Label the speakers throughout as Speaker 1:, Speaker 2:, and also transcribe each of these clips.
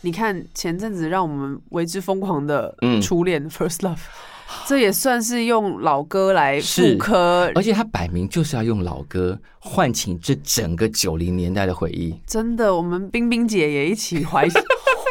Speaker 1: 你看前阵子让我们为之疯狂的
Speaker 2: 嗯
Speaker 1: 初恋 First Love，这也算是用老歌来复
Speaker 2: 是
Speaker 1: 刻，
Speaker 2: 而且他摆明就是要用老歌唤醒这整个九零年代的回忆。
Speaker 1: 真的，我们冰冰姐也一起 怀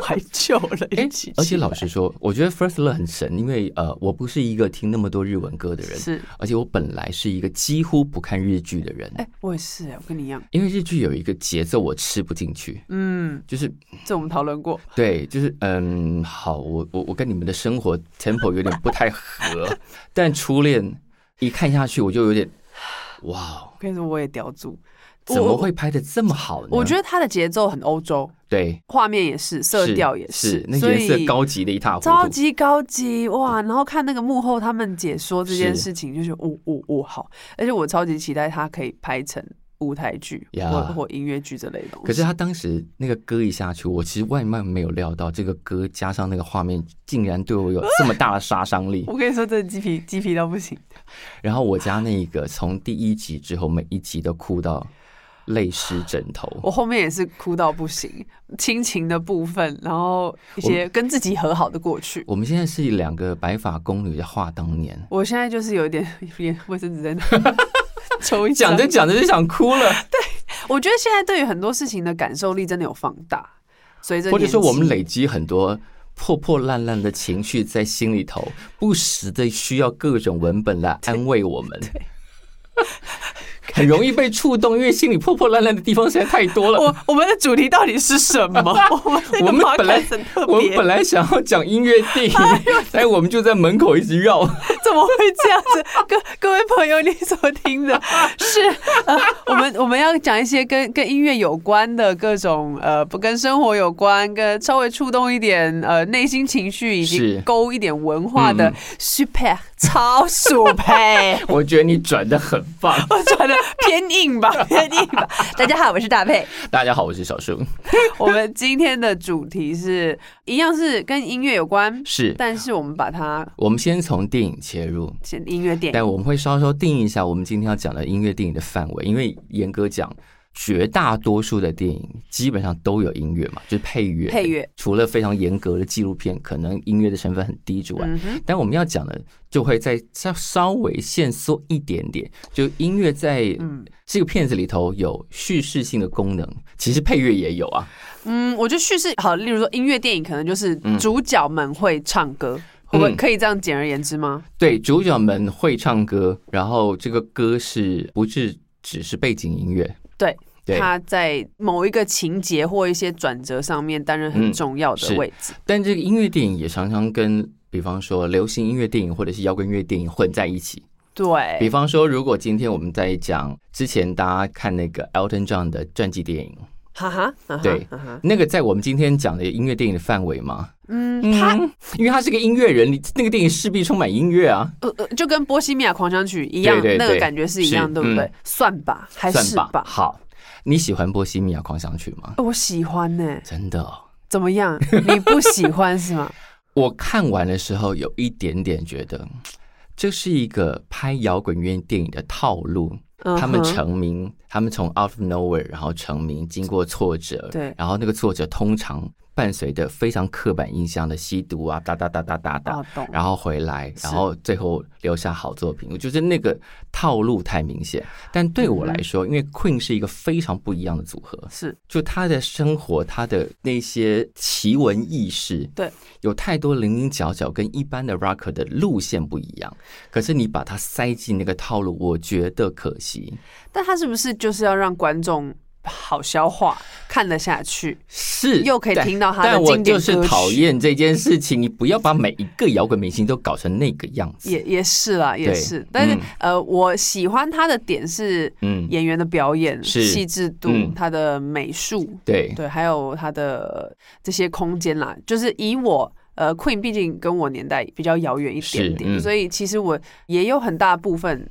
Speaker 1: 怀旧了，一起起来，
Speaker 2: 哎而且老实说，我觉得 First Love 很神，因为呃，我不是一个听那么多日文歌的人，
Speaker 1: 是，
Speaker 2: 而且我本来是一个几乎不看日剧的人，
Speaker 1: 哎、我也是、哎，我跟你一样，
Speaker 2: 因为日剧有一个节奏我吃不进去，
Speaker 1: 嗯，
Speaker 2: 就是
Speaker 1: 这我们讨论过，
Speaker 2: 对，就是嗯，好，我我我跟你们的生活 tempo 有点不太合， 但初恋一看下去我就有点，哇，
Speaker 1: 我跟你说我也叼住，
Speaker 2: 怎么会拍的这么好呢？
Speaker 1: 我？我觉得它的节奏很欧洲，
Speaker 2: 对，
Speaker 1: 画面也是，色调也
Speaker 2: 是，那
Speaker 1: 所
Speaker 2: 颜
Speaker 1: 以
Speaker 2: 色高级的一塌糊涂，
Speaker 1: 超级高级哇！然后看那个幕后他们解说这件
Speaker 2: 是
Speaker 1: 事情，就是呜呜呜好，而且我超级期待它可以拍成舞台剧
Speaker 2: 呀
Speaker 1: 或或音乐剧这类的东西。
Speaker 2: 可是他当时那个歌一下去，我其实万万没有料到这个歌加上那个画面，竟然对我有这么大的杀伤 力。
Speaker 1: 我跟你说，这鸡皮鸡皮到不行，
Speaker 2: 然后我家那个从第一集之后，每一集都哭到泪湿枕头。
Speaker 1: 我后面也是哭到不行，亲情的部分，然后一些跟自己和好的过去。
Speaker 2: 我们现在是两个白发宫女的话当年，
Speaker 1: 我现在就是有一点连卫生纸在 那抽一
Speaker 2: 讲
Speaker 1: 张
Speaker 2: 着讲着就想哭了，
Speaker 1: 我觉得现在对于很多事情的感受力真的有放大，随着
Speaker 2: 或者说
Speaker 1: 年纪
Speaker 2: 我们累积很多。破破烂烂的情绪在心里头，不时的需要各种文本来安慰我 们， 很容易被触动，因为心里破破烂烂的地方实在太多了。
Speaker 1: 我我们的主题到底是什么？ 我们这个
Speaker 2: 我们本来
Speaker 1: podcast 很 特
Speaker 2: 我们
Speaker 1: 别，哎
Speaker 2: 本来想要讲音乐电 影，但我们就在门口一直绕。
Speaker 1: 怎么会这样子？ 各各位朋友，你所听 的是呃，我们我们要讲一些跟跟音乐有关的各种呃，不跟生活有关，跟稍微触动一点呃内心情绪，以及
Speaker 2: 是
Speaker 1: 勾一点文化
Speaker 2: 嗯
Speaker 1: 的
Speaker 2: 嗯
Speaker 1: super 超 super。
Speaker 2: 我觉得你转的很 棒。
Speaker 1: 我转的偏硬吧，偏硬吧。大家好，我是大佩。
Speaker 2: 大家好，我是小树，
Speaker 1: 我们今天的主题是一样是跟音乐有关，
Speaker 2: 是
Speaker 1: 但是我们把它
Speaker 2: 我们先从电影切入，
Speaker 1: 先音乐电影
Speaker 2: 但我们会稍稍定义一下我们今天要讲的音乐电影的范围，因为严格讲。绝大多数的电影基本上都有音乐嘛，就是配乐。
Speaker 1: 配乐
Speaker 2: 除了非常严格的纪录片，可能音乐的成分很低之外，
Speaker 1: 嗯哼，
Speaker 2: 但我们要讲的就会再稍稍微限缩一点点，就音乐在
Speaker 1: 嗯
Speaker 2: 这个片子里头有叙事性的功能，其实配乐也有啊，
Speaker 1: 嗯，我觉得叙事好，例如说音乐电影，可能就是
Speaker 2: 嗯
Speaker 1: 主角们会唱歌，会不会
Speaker 2: 嗯
Speaker 1: 可以这样简而言之吗？
Speaker 2: 对，主角们会唱歌，然后这个歌是不是只是背景音乐？
Speaker 1: 对，
Speaker 2: 对，
Speaker 1: 他在某一个情节或一些转折上面担任很
Speaker 2: 嗯
Speaker 1: 重要的
Speaker 2: 是
Speaker 1: 位置。
Speaker 2: 但这个音乐电影也常常跟。比方说，流行音乐电影或者是摇滚乐电影混在一起。比
Speaker 1: 对，
Speaker 2: 方说，如果今天我们在讲之前大家看那个 Elton John 的传记电影，
Speaker 1: 哈哈，啊哈
Speaker 2: 对
Speaker 1: 啊哈，
Speaker 2: 那个在我们今天讲的音乐电影的范围吗？
Speaker 1: 嗯，他
Speaker 2: 嗯，因为他是个音乐人，你那个电影势必充满音乐啊。
Speaker 1: 呃呃，就跟《波西米亚狂想曲》一样，
Speaker 2: 对对
Speaker 1: 那个
Speaker 2: 对
Speaker 1: 感觉是一样，
Speaker 2: 是
Speaker 1: 对不对
Speaker 2: 嗯？
Speaker 1: 算吧，还
Speaker 2: 算
Speaker 1: 是
Speaker 2: 吧，好，你喜欢《波西米亚狂想曲》吗？
Speaker 1: 呃我喜欢呢、
Speaker 2: 真的哦、
Speaker 1: 怎么样？你不喜欢是吗？
Speaker 2: 我看完的时候有一点点觉得，嗯这是一个拍摇滚乐电影的套路。
Speaker 1: 嗯哼
Speaker 2: 他们成名，他们从 out of nowhere 然后成名，经过挫折，
Speaker 1: 对
Speaker 2: 然后那个挫折通常伴随着非常刻板印象的吸毒啊，哒哒哒哒哒哒
Speaker 1: 哦，懂
Speaker 2: 然后回来，
Speaker 1: 是
Speaker 2: 然后最后留下好作品。我觉得那个套路太明显，但对
Speaker 1: 嗯
Speaker 2: 我来说，因为 Queen 是一个非常不一样的组合，
Speaker 1: 是
Speaker 2: 就他的生活，他的那些奇闻异事，
Speaker 1: 对，
Speaker 2: 有太多零零角角跟一般的 rocker 的路线不一样。可是你把它塞进那个套路，我觉得可惜。
Speaker 1: 但他是不是就是要让观众好消化、看得下去？
Speaker 2: 是，
Speaker 1: 又可以
Speaker 2: 但
Speaker 1: 听到他的
Speaker 2: 但我
Speaker 1: 经典
Speaker 2: 就是
Speaker 1: 歌曲
Speaker 2: 讨厌这件事情。你不要把每一个摇滚明星都搞成那个样子。
Speaker 1: 也也是啦，也是。但是、
Speaker 2: 嗯
Speaker 1: 呃，我喜欢他的点是
Speaker 2: 嗯，
Speaker 1: 演员的表演、
Speaker 2: 是
Speaker 1: 细致度、
Speaker 2: 嗯
Speaker 1: 他的美术，
Speaker 2: 对，
Speaker 1: 对，还有他的这些空间啦。就是以我呃，Queen 毕竟跟我年代比较遥远一点点，
Speaker 2: 是嗯
Speaker 1: 所以其实我也有很大部分。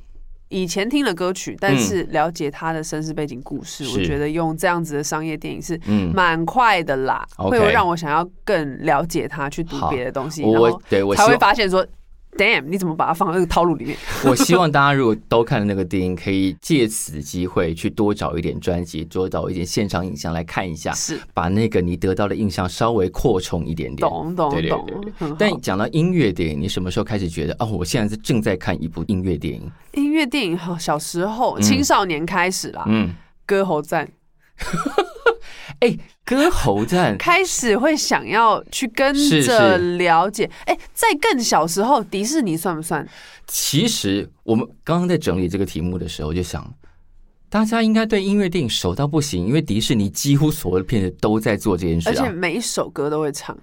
Speaker 1: 以前听的歌曲，但是了解他的身世背景故事，
Speaker 2: 嗯是
Speaker 1: 我觉得用这样子的商业电影是
Speaker 2: 嗯。
Speaker 1: 蛮快的啦，会
Speaker 2: OK
Speaker 1: 有让我想要更了解他，去读别的东西，然
Speaker 2: 我
Speaker 1: 后
Speaker 2: 我对我
Speaker 1: 才
Speaker 2: 希
Speaker 1: 会
Speaker 2: 望
Speaker 1: 发现说， damn，你怎么把它放到那个套路里面？
Speaker 2: 我希望大家如果都看了那个电影，可以借此机会去多找一点专辑，多找一点现场影像来看一下，
Speaker 1: 是，
Speaker 2: 把那个你得到的印象稍微扩充一点点。
Speaker 1: 懂懂
Speaker 2: 对对
Speaker 1: 懂
Speaker 2: 对对。
Speaker 1: 很好
Speaker 2: 但讲到音乐电影，你什么时候开始觉得哦，我现在是正在看一部音乐电影？
Speaker 1: 音乐电影，好小时候
Speaker 2: 嗯
Speaker 1: 青少年开始啦，
Speaker 2: 嗯，
Speaker 1: 歌喉战
Speaker 2: 哎，歌喉战
Speaker 1: 开始会想要去跟
Speaker 2: 是
Speaker 1: 着
Speaker 2: 是
Speaker 1: 了解。哎，在更小时候，迪士尼算不算？
Speaker 2: 其实我们刚刚在整理这个题目的时候，就想，大家应该对音乐电影熟到不行，因为迪士尼几乎所有的片子都在做这件事
Speaker 1: 而且
Speaker 2: 啊。
Speaker 1: 每一首歌都会唱。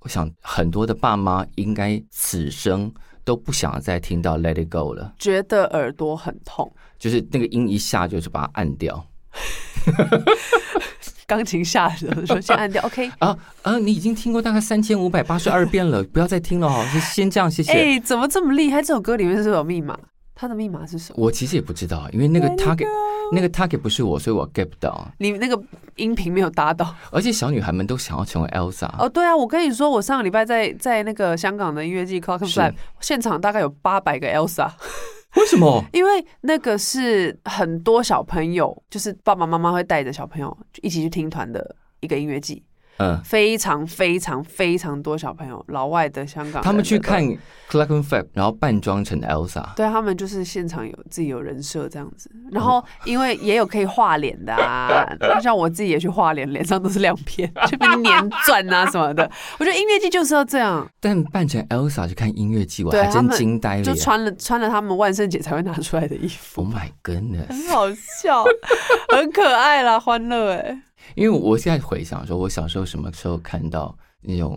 Speaker 2: 我想很多的爸妈应该此生都不想再听到《Let It Go》了，
Speaker 1: 觉得耳朵很痛，
Speaker 2: 就是那个音一下就是把它按掉
Speaker 1: 钢琴下的时候先按 掉。OK，
Speaker 2: 啊啊！你已经听过大概三千五百八十二遍了，不要再听了哦，就先这样，谢谢。
Speaker 1: 哎、怎么这么厉害？这首歌里面是不是有密码，它的密码是什么？
Speaker 2: 我其实也不知道，因为那个 target 那个 target 不是我，所以我 get 不到。
Speaker 1: 你那个音频没有搭到
Speaker 2: 而且小女孩们都想要成为 Elsa，、
Speaker 1: 哦，对啊，我跟你说，我上个礼拜在在那个香港的音乐季 Clock and
Speaker 2: 是
Speaker 1: Flap 现场，大概有八百个 Elsa，
Speaker 2: 为什么？
Speaker 1: 因为那个是很多小朋友，就是爸爸妈妈会带着小朋友一起去听团的一个音乐季，
Speaker 2: 嗯，
Speaker 1: 非常非常非常多小朋友，老外的香港人
Speaker 2: 他们去
Speaker 1: 的
Speaker 2: 看 c l a c k e n Fab，然后扮装成 Elsa。
Speaker 1: 对他们就是现场有自己有人设这样子，然后因为也有可以画脸的啊，像我自己也去画脸，脸上都是亮片，这边粘钻啊什么的。我觉得音乐剧就是要这 样，
Speaker 2: 但扮成 Elsa 去看音乐季，我
Speaker 1: 对
Speaker 2: 还
Speaker 1: 他
Speaker 2: 真
Speaker 1: 们
Speaker 2: 惊呆了
Speaker 1: 就
Speaker 2: 耶
Speaker 1: 穿了穿了他们万圣节才会拿出来的衣服，
Speaker 2: ！Oh my goodness！
Speaker 1: 很好笑，很可爱啦，欢乐哎、
Speaker 2: 因为我现在回想说，我小时候什么时候看到那种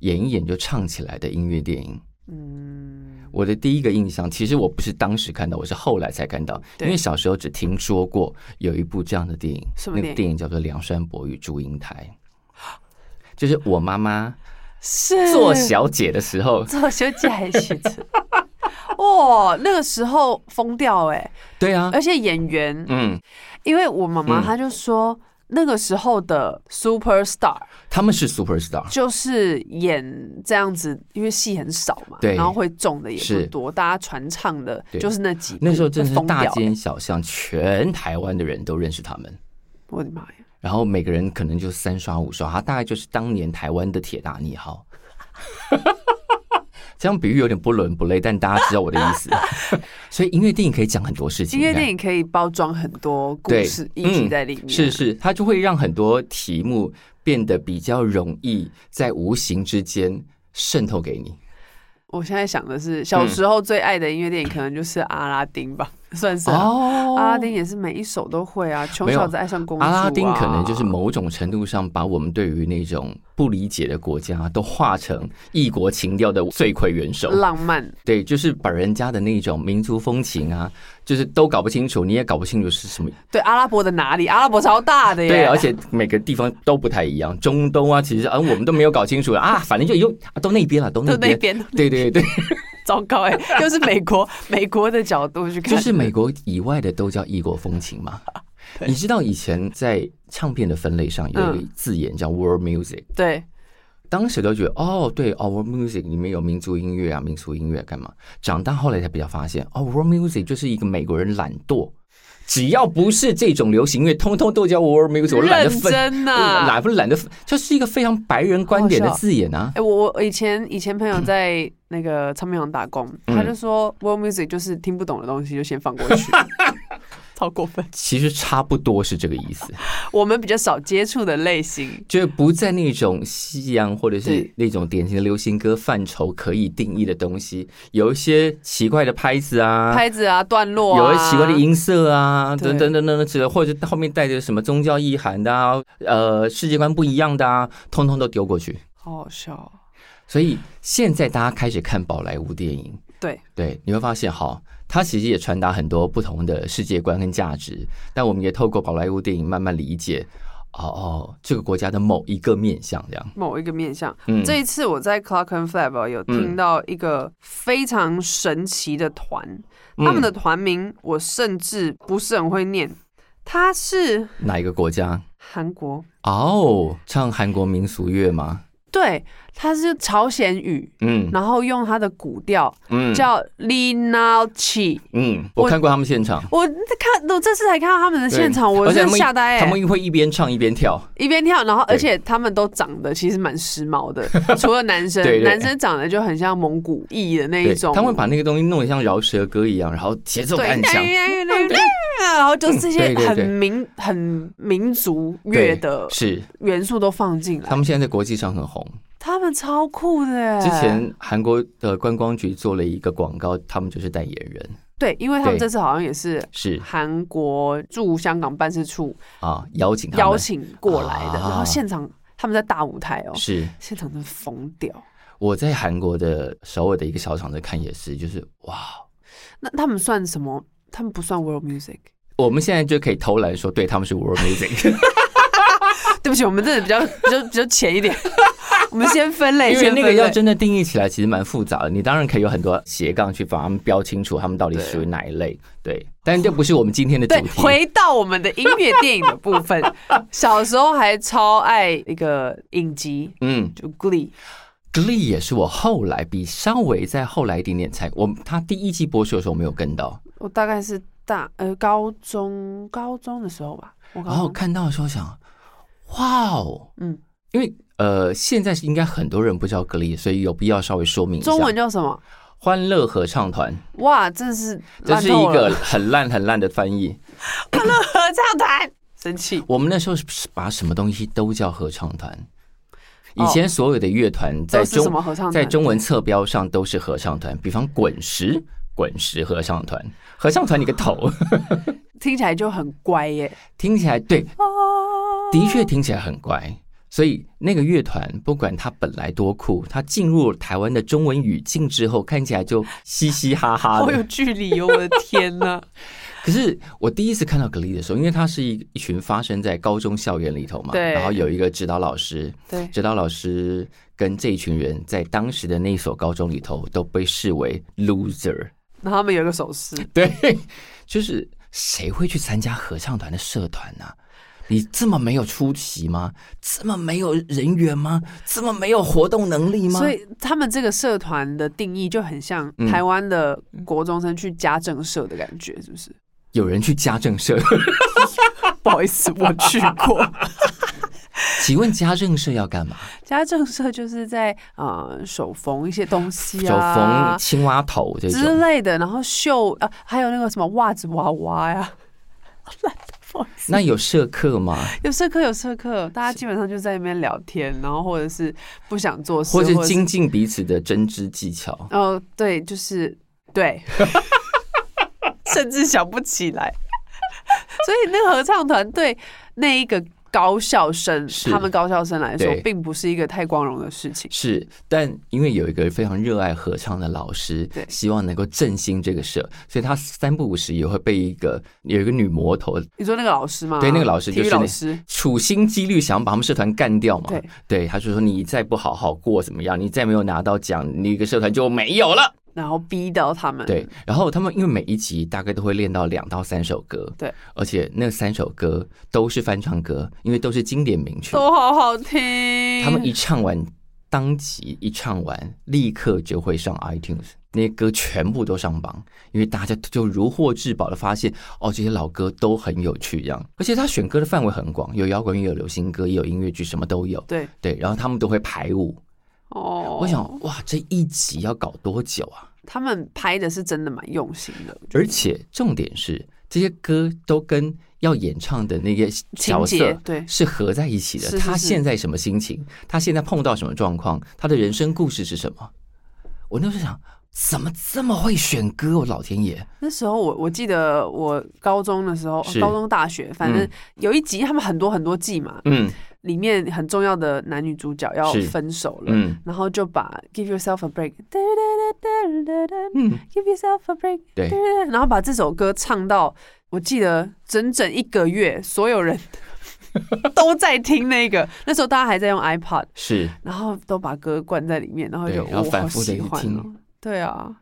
Speaker 2: 演一演就唱起来的音乐电影？
Speaker 1: 嗯，
Speaker 2: 我的第一个印象，其实我不是当时看到，我是后来才看到，因
Speaker 1: 对
Speaker 2: 为小时候只听说过有一部这样的电影，
Speaker 1: 什么
Speaker 2: 那
Speaker 1: 电
Speaker 2: 个
Speaker 1: 影
Speaker 2: 电影叫做《梁山伯与祝英台》，就是我妈妈
Speaker 1: 是
Speaker 2: 做小姐的时 候，
Speaker 1: 做小姐还是子。 哦，那个时候疯掉哎、
Speaker 2: 对啊，
Speaker 1: 而且演员，
Speaker 2: 嗯，
Speaker 1: 因为我妈妈
Speaker 2: 嗯
Speaker 1: 她就说，那个时候的 super star
Speaker 2: 他们是 super star，
Speaker 1: 就是演这样子，因为戏很少嘛，
Speaker 2: 对
Speaker 1: 然后会中的也
Speaker 2: 是
Speaker 1: 不多，大家传唱的
Speaker 2: 对
Speaker 1: 就是那几部
Speaker 2: 那时候真的
Speaker 1: 会
Speaker 2: 是
Speaker 1: 疯
Speaker 2: 大
Speaker 1: 掉
Speaker 2: 街小巷，全台湾的人都认识他们。
Speaker 1: 我的妈呀！
Speaker 2: 然后每个人可能就三刷五刷，他大概就是当年台湾的铁达尼号。 这样比喻有点不伦不类，但大家知道我的意 思。所以音乐电影可以讲很多事情。
Speaker 1: 音乐电
Speaker 2: 影
Speaker 1: 影可以包装很多故
Speaker 2: 对
Speaker 1: 事议题
Speaker 2: 嗯
Speaker 1: 在里面，
Speaker 2: 是是，它就会让很多题目变得比较容易在无形之间渗透给你。
Speaker 1: 我现在想的是，小时候最爱的音乐电影可能就是《阿拉丁》吧， 算是啊、
Speaker 2: 哦
Speaker 1: 阿拉丁也是每一首都会啊，穷
Speaker 2: 没有
Speaker 1: 小子爱上公主、啊。
Speaker 2: 阿拉丁可能就是某种程度上把我们对于那种不理解的国家都化成异国情调的罪魁元首。
Speaker 1: 浪漫，
Speaker 2: 对，就是把人家的那种民族风情啊，就是都搞不清楚，你也搞不清楚是什么。
Speaker 1: 对阿拉伯的哪里？阿拉伯超大的耶，
Speaker 2: 对，而且每个地方都不太一样，中东啊，其实啊，我们都没有搞清楚啊， 反正就又、啊、都那边了，都 那
Speaker 1: 就那
Speaker 2: 边。
Speaker 1: 边
Speaker 2: 对对对，
Speaker 1: 糟糕 哎、又是美国美国的角度去看，
Speaker 2: 就是美国以外的都叫异国风 情嘛。你知道以前在唱片的分类上有
Speaker 1: 嗯
Speaker 2: 一个字眼叫 world music，、
Speaker 1: 对
Speaker 2: 当时都觉得哦，对哦，world music 里面有民族音乐啊，民俗音乐干嘛？长大后来才比较发现，哦，world music 就是一个美国人懒惰，只要不是这种流行乐，通通都叫 world music，我懒得
Speaker 1: 认
Speaker 2: 分，
Speaker 1: 真呐、哎、
Speaker 2: 懒不懒得分，就是一个非常白人观点的
Speaker 1: 好好笑
Speaker 2: 字眼啊。
Speaker 1: 哎我我以前以前朋友在那个唱片行打工，
Speaker 2: 嗯
Speaker 1: 他就说 world music 就是听不懂的东西就先放过 去，超过分。
Speaker 2: 其实差不多是这个意思，
Speaker 1: 我们比较少接触的类型，
Speaker 2: 就是不在那种西洋或者是
Speaker 1: 对
Speaker 2: 那种典型的流行歌范畴可以定义的东西，有一些奇怪的拍子啊，
Speaker 1: 拍子啊、段落啊，
Speaker 2: 有一些奇怪的音色啊，
Speaker 1: 对
Speaker 2: 等等等等等之类，或者是后面带着什么宗教意涵的啊，呃，世界观不一样的啊，通通都丢过去。
Speaker 1: 好好笑哦、
Speaker 2: 所以现在大家开始看宝莱坞电影，
Speaker 1: 对
Speaker 2: 对，你会发现，好，它其实也传达很多不同的世界观跟价值，但我们也透过宝莱坞电影慢慢理解，哦哦，这个国家的某一个面向这样。
Speaker 1: 某一个面向。
Speaker 2: 嗯，
Speaker 1: 这一次我在 Clark and Flab 哦有听
Speaker 2: 嗯
Speaker 1: 到一个非常神奇的团，
Speaker 2: 嗯
Speaker 1: 他们的团名我甚至不是很会念，他是
Speaker 2: 哪一个国家？
Speaker 1: 韩国，
Speaker 2: 哦，唱韩国民俗乐吗？
Speaker 1: 对，它是朝鲜语，
Speaker 2: 嗯
Speaker 1: 然后用它的古调
Speaker 2: 嗯
Speaker 1: 叫 Linachi。
Speaker 2: 嗯，我
Speaker 1: 我
Speaker 2: 看过他们现场，
Speaker 1: 我看我这次才看到他们的
Speaker 2: 对
Speaker 1: 现场，我
Speaker 2: 而且
Speaker 1: 真
Speaker 2: 他
Speaker 1: 的
Speaker 2: 们
Speaker 1: 吓呆哎、
Speaker 2: 他们会一边唱一边跳，
Speaker 1: 一边跳，然后
Speaker 2: 对
Speaker 1: 而且他们都长得其实蛮时髦 的，除了男生，
Speaker 2: 对对
Speaker 1: 男生长得就很像蒙古裔的那
Speaker 2: 对
Speaker 1: 一，种，
Speaker 2: 他们把那个东西弄得像饶舌歌一样，然后节奏
Speaker 1: 对，
Speaker 2: 感很强。
Speaker 1: 然后就是这些
Speaker 2: 对对
Speaker 1: 很
Speaker 2: 对
Speaker 1: 民很民族乐
Speaker 2: 对
Speaker 1: 的
Speaker 2: 是，
Speaker 1: 元素都放进来
Speaker 2: 他，们现在在国际上很红。
Speaker 1: 他们超酷的耶。
Speaker 2: 之前韩国的观光局做了一个广告，他们就是代言人，
Speaker 1: 对，因为他们
Speaker 2: 对
Speaker 1: 这次好像也是
Speaker 2: 是
Speaker 1: 韩国驻香港办事处
Speaker 2: 啊，邀请他
Speaker 1: 邀
Speaker 2: 们，
Speaker 1: 请过来的，
Speaker 2: 啊
Speaker 1: 然后现场他们在大舞台哦，
Speaker 2: 是
Speaker 1: 现场真的疯掉。
Speaker 2: 我在韩国的首尔的一个小厂在看，也是，就是哇，
Speaker 1: 那他们算什么？他们不算 world music。
Speaker 2: 我们现在就可以偷懒说，对他们是 world music，
Speaker 1: 对不起，我们真的比较比较比较浅一点，我们先分类，
Speaker 2: 因为
Speaker 1: 先分
Speaker 2: 那个
Speaker 1: 类
Speaker 2: 要真的定义起来，其实蛮复杂的。你当然可以有很多斜杠去把他们标清楚，他们到底属于哪一类。对，但这不是我们今天的主
Speaker 1: 对，
Speaker 2: 题。
Speaker 1: 回到我们的音乐电影的部 分，小时候还超爱一个影集，
Speaker 2: 嗯
Speaker 1: 就 Glee，
Speaker 2: ，Glee 也是我后来比稍微再后来一点点才，我他第一季播出的时候没有跟到，
Speaker 1: 我大概是大呃高中高中的时候吧，我高
Speaker 2: 然后
Speaker 1: 中
Speaker 2: 看到的时候想，哇哦，
Speaker 1: 嗯，
Speaker 2: 因为呃现在是应该很多人不知道 Glee，所以有必要稍微说明一下。
Speaker 1: 中文叫什么？
Speaker 2: 欢乐合唱团，
Speaker 1: 哇，真是
Speaker 2: 这
Speaker 1: 烂
Speaker 2: 是
Speaker 1: 透
Speaker 2: 一个
Speaker 1: 了
Speaker 2: 很烂很烂的翻译。
Speaker 1: 合唱团，生气
Speaker 2: 我们那时候是把什么东西都叫合唱团，
Speaker 1: 哦
Speaker 2: 以前所有的乐团在
Speaker 1: 都是什
Speaker 2: 中
Speaker 1: 么合唱团？
Speaker 2: 在中文侧标上都是合唱团，比方滚石。滚石合唱团，合唱团你个头，
Speaker 1: 听起来就很乖耶，
Speaker 2: 听起来对，
Speaker 1: 哦
Speaker 2: 的确听起来很乖。所以那个乐团，不管它本来多酷，它进入台湾的中文语境之后，看起来就嘻嘻哈哈
Speaker 1: 好
Speaker 2: 的
Speaker 1: 有。距 离哦，我的天 呐！
Speaker 2: 可是我第一次看到 Glee 的时候，因为它是一一群发生在高中校园里头嘛，
Speaker 1: 对
Speaker 2: 然后有一个指导老师，
Speaker 1: 对，
Speaker 2: 指导老师跟这一群人在当时的那所高中里头都被视为 loser，
Speaker 1: 然后他们有一个手势，
Speaker 2: 对， 就是谁会去参加合唱团的社团呢、你这么没有出息吗？这么没有人缘吗？这么没有活动能力吗？
Speaker 1: 所以他们这个社团的定义就很像
Speaker 2: 嗯
Speaker 1: 台湾的国中生去家政社的感觉，是不 是？
Speaker 2: 有人去家 政社，
Speaker 1: 不好意思，我去过
Speaker 2: 请问家政社要干嘛？
Speaker 1: 家政社， 就是在呃手缝一些东西
Speaker 2: 手缝
Speaker 1: 啊
Speaker 2: 青蛙头这
Speaker 1: 之
Speaker 2: 种。
Speaker 1: 类的，然后绣啊，还有那个什么袜子娃娃呀、
Speaker 2: 那有社课吗？
Speaker 1: 有社课有社课，大家基本上就在那边聊天，然后或者是不想做事，
Speaker 2: 或
Speaker 1: 或
Speaker 2: 者
Speaker 1: 者是
Speaker 2: 精进彼此的针织技巧？
Speaker 1: 哦，对，就是对， 甚至想不起来。 所以那个合唱团对那一个高校生，
Speaker 2: 是
Speaker 1: 他们高校生来说
Speaker 2: 对，
Speaker 1: 并不是一个太光荣的事情。
Speaker 2: 是，但因为有一个非常热爱合唱的老师
Speaker 1: 对，
Speaker 2: 希望能够振兴这个社，所以他三不五时也会被一个有一个女魔头
Speaker 1: 你说那个老师吗？
Speaker 2: 对那个老师
Speaker 1: 体育
Speaker 2: 就是那
Speaker 1: 老师，
Speaker 2: 处心积虑想要把他们社团干掉嘛。
Speaker 1: 对，
Speaker 2: 他就说你再不好好过怎么样，你再没有拿到奖，你一个社团就没有了。
Speaker 1: 然后逼到他们。
Speaker 2: 对，然后他们因为每一集大概都会练到两到三首歌，
Speaker 1: 对，
Speaker 2: 而且那三首歌都是翻唱歌，因为都是经典名 曲，
Speaker 1: 都好好听。
Speaker 2: 他们一唱完，当即一唱完，立刻就会上 iTunes，那些歌全部都上榜，因为大家就如获至宝的发现，哦，这些老歌都很有趣，这样。而且他选歌的范围很广，有摇滚乐，有流行歌，也有音乐剧，什么都有。
Speaker 1: 对
Speaker 2: 对，然后他们都会排舞。
Speaker 1: 哦，
Speaker 2: 我想，哇，这一集要搞多久啊？
Speaker 1: 他们拍的是真的蛮用心的，
Speaker 2: 而且重点是，这些歌都跟要演唱的那些
Speaker 1: 情
Speaker 2: 角
Speaker 1: 节
Speaker 2: 色
Speaker 1: 对。
Speaker 2: 是合在一起的。
Speaker 1: 是是
Speaker 2: 他
Speaker 1: 是
Speaker 2: 现在什么心情？他现在碰到什么状况？他的人生故事是什么？我那时候想，怎么这么会选歌？我老天爷！
Speaker 1: 那时候我我记得我高中的时候，
Speaker 2: 是
Speaker 1: 高中大学，反正
Speaker 2: 嗯
Speaker 1: 有一集他们很多很多季嘛，
Speaker 2: 嗯
Speaker 1: 里面很重要的男女主角要
Speaker 2: 是
Speaker 1: 分手了，
Speaker 2: 嗯
Speaker 1: 然后就把 Give Yourself a Break，
Speaker 2: 嗯，
Speaker 1: Give Yourself a Break，
Speaker 2: 对，
Speaker 1: 然后把这首歌唱到，我记得整整一个月，所有 人都在听那个，那时候大家还在用 iPod，
Speaker 2: 是
Speaker 1: 然后都把歌灌在里面，然后就
Speaker 2: 对然后
Speaker 1: 我
Speaker 2: 反
Speaker 1: 好
Speaker 2: 复地
Speaker 1: 喜
Speaker 2: 去
Speaker 1: 欢
Speaker 2: 听
Speaker 1: 哦，对啊。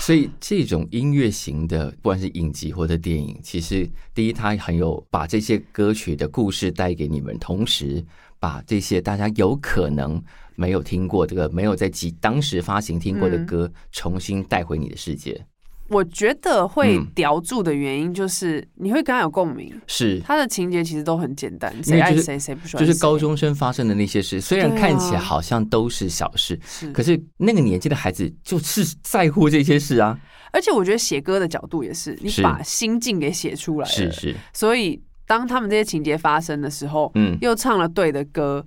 Speaker 2: 所以这种音乐型的，不管是影集或者电影，其实第一，它很有把这些歌曲的故事带给你们，同时把这些大家有可能没有听过这个没有在集当时发行听过的
Speaker 1: 嗯
Speaker 2: 歌，重新带回你的世界。
Speaker 1: 我觉得会
Speaker 2: 嗯
Speaker 1: 叼住的原因就是你会跟他有共鸣，
Speaker 2: 是，
Speaker 1: 他的情节其实都很简单，
Speaker 2: 因
Speaker 1: 谁
Speaker 2: 为
Speaker 1: 爱
Speaker 2: 就是
Speaker 1: 谁谁不喜欢谁，
Speaker 2: 就是高中生发生的那些事，虽然
Speaker 1: 对啊
Speaker 2: 看起来好像都是小事，
Speaker 1: 是
Speaker 2: 可是那个年纪的孩子就是在乎这些事啊。
Speaker 1: 而且我觉得写歌的角度也是，你
Speaker 2: 是
Speaker 1: 把心境给写出来了，
Speaker 2: 是是，
Speaker 1: 所以当他们这些情节发生的时候，
Speaker 2: 嗯，
Speaker 1: 又唱了对的歌，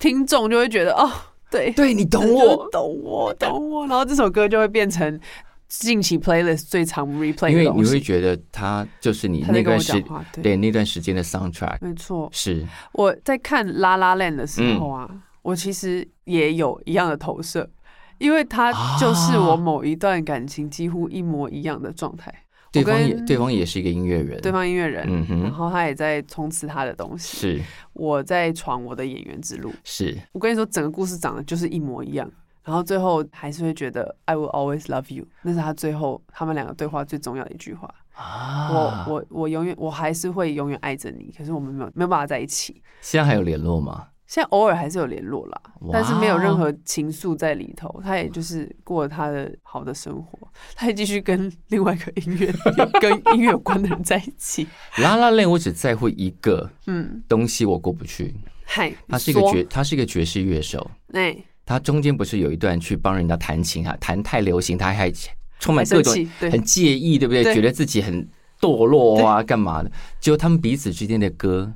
Speaker 1: 听众就会觉得哦，对，
Speaker 2: 对你懂
Speaker 1: 就是
Speaker 2: 我。
Speaker 1: 懂我，懂我，然后这首歌就会变成近期 playlist 最常 replay
Speaker 2: 因
Speaker 1: 的
Speaker 2: 为
Speaker 1: 东
Speaker 2: 你会
Speaker 1: 西。
Speaker 2: 觉得他就是你
Speaker 1: 他在
Speaker 2: 那
Speaker 1: 跟
Speaker 2: 段
Speaker 1: 我
Speaker 2: 时
Speaker 1: 讲话，对，
Speaker 2: 对那段时间的 soundtrack
Speaker 1: 没错。
Speaker 2: 是
Speaker 1: 我在看《拉拉链》的时候啊，我其实也有一样的投射，因为它就是我
Speaker 2: 啊
Speaker 1: 某一段感情几乎一模一样的状态。
Speaker 2: 对方也
Speaker 1: 跟
Speaker 2: 对方也是一个音乐人，
Speaker 1: 对？方音乐人，
Speaker 2: 嗯
Speaker 1: 然
Speaker 2: 哼，
Speaker 1: 后他也在冲刺他的东西，
Speaker 2: 是
Speaker 1: 我在闯我的演员之路。
Speaker 2: 是
Speaker 1: 我跟你说，整个故事长得就是一模一样，然后最后还是会觉得 I will always love you，那是他最后他们两个对话最重要的一句话。
Speaker 2: 啊。
Speaker 1: 我我我永远我还是会永远爱着你，可是我们没有没有办法在一起。
Speaker 2: 现在还有联络吗？
Speaker 1: 现在偶尔还是有联络啦，
Speaker 2: 哇哦
Speaker 1: 但是没有任何情愫在里头。他也就是过了他的好的生活，他也继续跟另外一个音乐有跟音乐有关的人在一起。
Speaker 2: 拉拉链，我只在乎一个
Speaker 1: 嗯，
Speaker 2: 东西，我过不去。
Speaker 1: 嗨，
Speaker 2: 他是一个
Speaker 1: 说
Speaker 2: 爵，他是一个爵士乐手，
Speaker 1: 哎，
Speaker 2: 他中间不是有一段去帮人家弹琴啊，弹太流行，他还充满
Speaker 1: 很生
Speaker 2: 各种
Speaker 1: 气，对，
Speaker 2: 很介意，对不对？
Speaker 1: 对
Speaker 2: 觉得自己很堕落啊，干嘛的？结果他们彼此之间的歌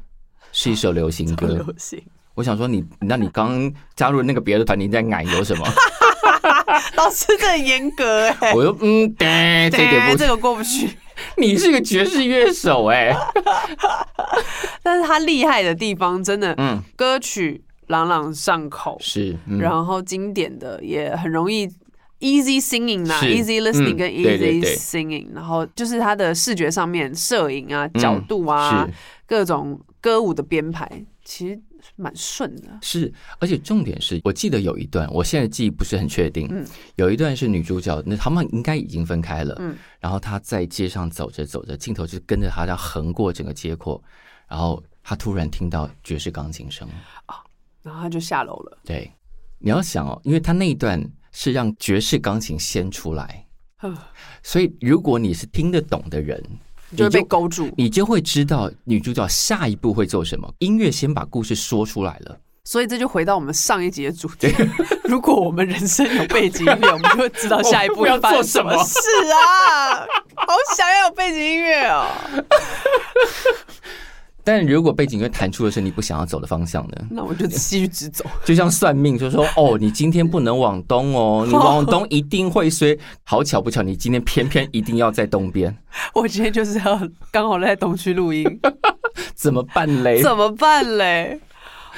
Speaker 2: 是一首流行
Speaker 1: 超
Speaker 2: 歌。
Speaker 1: 流行，
Speaker 2: 我想说你，那你刚加入那个别的团体，你在奶 油什么？
Speaker 1: 老师真的很严格哎、
Speaker 2: 我说嗯，对， 这点
Speaker 1: 对
Speaker 2: 不
Speaker 1: 这个过不去。
Speaker 2: 你是个爵士乐手哎、
Speaker 1: 但是他厉害的地方，真的
Speaker 2: 嗯，
Speaker 1: 歌曲朗朗上口，
Speaker 2: 是，嗯、
Speaker 1: 然后经典的也很容易 easy singing 啦、
Speaker 2: 是
Speaker 1: e a s y
Speaker 2: 嗯
Speaker 1: listening 跟
Speaker 2: 对对
Speaker 1: easy
Speaker 2: 对
Speaker 1: singing，、然后就是它的视觉上面摄影啊、
Speaker 2: 嗯
Speaker 1: 角度啊、
Speaker 2: 是
Speaker 1: 各种歌舞的编排，其实蛮顺的。
Speaker 2: 是，而且重点是我记得有一段，我现在记忆不是很确定，
Speaker 1: 嗯
Speaker 2: 有一段是女主角，那他们应该已经分开了，
Speaker 1: 嗯
Speaker 2: 然后她在街上走着走着，镜头就跟着她这样横过整个街廓，然后她突然听到爵士钢琴声，
Speaker 1: 然后他就下楼了，
Speaker 2: 对，你要想哦，因为她那一段是让爵士钢琴先出来，
Speaker 1: 呵
Speaker 2: 所以如果你是听得懂的人，
Speaker 1: 就会被勾住。
Speaker 2: 你就会知道女主角下一步会做什么。音乐先把故事说出来了，
Speaker 1: 所以这就回到我们上一集的主题：如果我们人生有背景音乐，我们就会知道下一步发生么事 啊！好想要有背景音乐哦。
Speaker 2: 但如果背景音乐弹出的是你不想要走的方向呢？
Speaker 1: 那我就继续直走。
Speaker 2: 就像算命，就说哦，你今天不能往东哦，你往东一定会衰。好巧不巧，你今天偏偏一定要在东边，
Speaker 1: 我今天就是要刚好在东区录音，
Speaker 2: 怎么办 嘞？
Speaker 1: 怎么办嘞？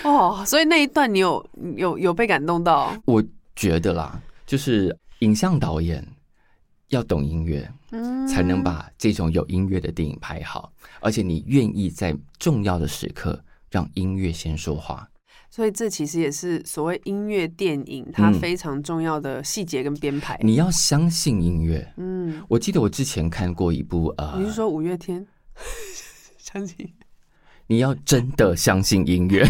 Speaker 1: 哦，所以那一段你有有有被感动到？
Speaker 2: 我觉得啦，就是影像导演要懂音乐，
Speaker 1: 嗯
Speaker 2: 才能把这种有音乐的电影拍好，而且你愿意在重要的时刻让音乐先说话。
Speaker 1: 所以这其实也是所谓音乐电影它
Speaker 2: 嗯
Speaker 1: 非常重要的细节跟编排。
Speaker 2: 你要相信音乐。
Speaker 1: 嗯，
Speaker 2: 我记得我之前看过一部
Speaker 1: 你是
Speaker 2: 呃，
Speaker 1: 说五月天？ 相信
Speaker 2: 你要真的相信音乐，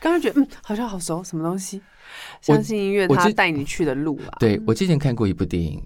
Speaker 1: 刚刚觉得嗯，好像好熟，什么东西？相信音乐
Speaker 2: 我
Speaker 1: 它
Speaker 2: 之
Speaker 1: 带你去的路啊啦。
Speaker 2: 对我之前看过一部电影。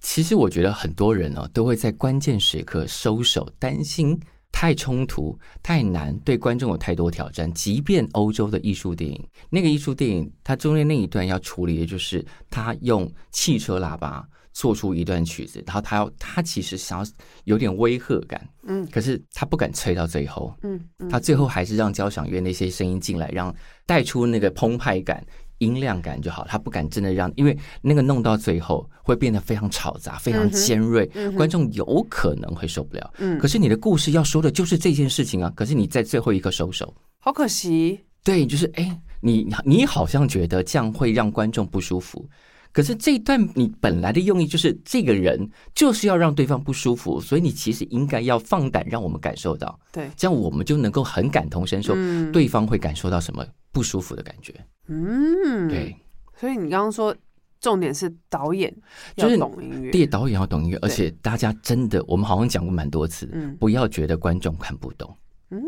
Speaker 2: 其实我觉得很多人呢、都会在关键时刻收手，担心太冲突、太难，对观众有太多挑战。即便欧洲的艺术电影，那个艺术电影它中间那一段要处理的就是他用汽车喇叭做出一段曲子，然后他要他其实想要有点威吓感，
Speaker 1: 嗯
Speaker 2: 可是他不敢吹到最后，
Speaker 1: 嗯嗯，
Speaker 2: 他最后还是让交响乐那些声音进来，让带出那个澎湃感、音量感就好。他不敢真的让，因为那个弄到最后会变得非常吵杂、非常尖锐，观众有可能会受不了。
Speaker 1: 嗯
Speaker 2: 可是你的故事要说的就是这件事情啊，可是你在最后一刻收手，
Speaker 1: 好可惜。
Speaker 2: 对，就是哎、你你好像觉得这样会让观众不舒服。可是这一段你本来的用意就是这个人就是要让对方不舒服，所以你其实应该要放胆让我们感受到，
Speaker 1: 对，
Speaker 2: 这样我们就能够很感同身受，
Speaker 1: 嗯
Speaker 2: 对方会感受到什么不舒服的感觉。
Speaker 1: 嗯，
Speaker 2: 对，
Speaker 1: 所以你刚刚说重点是导演
Speaker 2: 就
Speaker 1: 要
Speaker 2: 是
Speaker 1: 懂音乐，
Speaker 2: 对导演要懂音乐，而且大家真的，我们好像讲过蛮多次，
Speaker 1: 嗯
Speaker 2: 不要觉得观众看不懂，
Speaker 1: 嗯，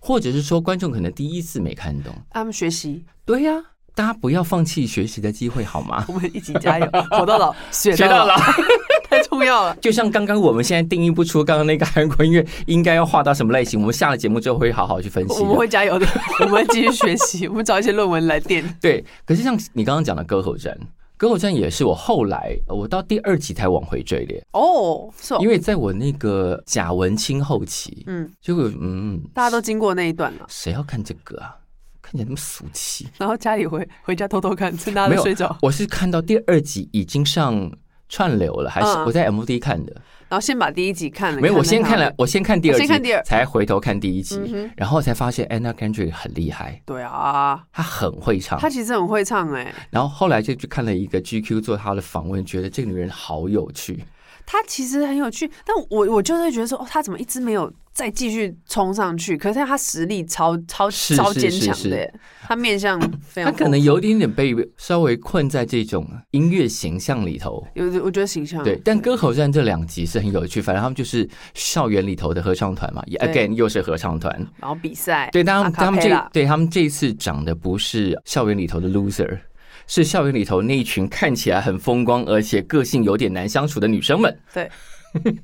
Speaker 2: 或者是说观众可能第一次没看懂，
Speaker 1: 他们学习，
Speaker 2: 对呀、大家不要放弃学习的机会，好吗？
Speaker 1: 我们一起加 油，活到老，学
Speaker 2: 学到
Speaker 1: 老， 太重要 了。
Speaker 2: 就像刚刚我们现在定义不出刚刚那个韩国音乐应该要画到什么类型，我们下了节目之后会好好去分析
Speaker 1: 我们
Speaker 2: 的。
Speaker 1: 会加油 的，我们会继续学习，我们找一些论文来垫。
Speaker 2: 对，可是像你刚刚讲的歌喉战，歌喉战也是我后来呃我到第二集才往回追的，
Speaker 1: 哦，是哦
Speaker 2: 因，为在我那个贾文清后期，
Speaker 1: 嗯，
Speaker 2: 就会嗯，
Speaker 1: 大家都经过那一段了，
Speaker 2: 谁要看这个啊？看起来那么俗气。
Speaker 1: 然后家里回回家偷偷看，趁大家
Speaker 2: 没
Speaker 1: 都
Speaker 2: 有
Speaker 1: 睡着，
Speaker 2: 我是看到第二集已经上串流了，还是
Speaker 1: 嗯
Speaker 2: 我在 MD 看的？
Speaker 1: 然后先把第一集看了。
Speaker 2: 没有，我先
Speaker 1: 看
Speaker 2: 看了，我先看第二
Speaker 1: 哦
Speaker 2: 集，
Speaker 1: 先看第二
Speaker 2: 才回头看第一集，
Speaker 1: 嗯哼
Speaker 2: 然后才发现 Anna Kendrick 很厉害，
Speaker 1: 对啊，
Speaker 2: 她很会唱
Speaker 1: 他。其实很会唱哎、
Speaker 2: 然后后来就去看了一个 GQ 做她的访问，觉得这个女人好有趣。
Speaker 1: 他其实很有趣，但我我就是觉得说，哦，他怎么一直没有再继续冲上去？可是他实力超超
Speaker 2: 是
Speaker 1: 超
Speaker 2: 是
Speaker 1: 坚
Speaker 2: 是
Speaker 1: 强
Speaker 2: 是
Speaker 1: 的耶，他面相非常
Speaker 2: 她
Speaker 1: 丰富。
Speaker 2: 可能有一点点被稍微困在这种音乐形象里头。
Speaker 1: 有，我觉得形象
Speaker 2: 对，但歌口战这两集是很有趣，反正他们就是校园里头的合唱团嘛，也
Speaker 1: 对
Speaker 2: again 又是合唱团。
Speaker 1: 然后比赛，
Speaker 2: 对，但他
Speaker 1: 阿
Speaker 2: 们
Speaker 1: 卡
Speaker 2: 他们
Speaker 1: 贝
Speaker 2: 这
Speaker 1: 拉
Speaker 2: 对他们这一次长的不是校园里头的 loser，是校园里头那一群看起来很风光，而且个性有点难相处的女生们。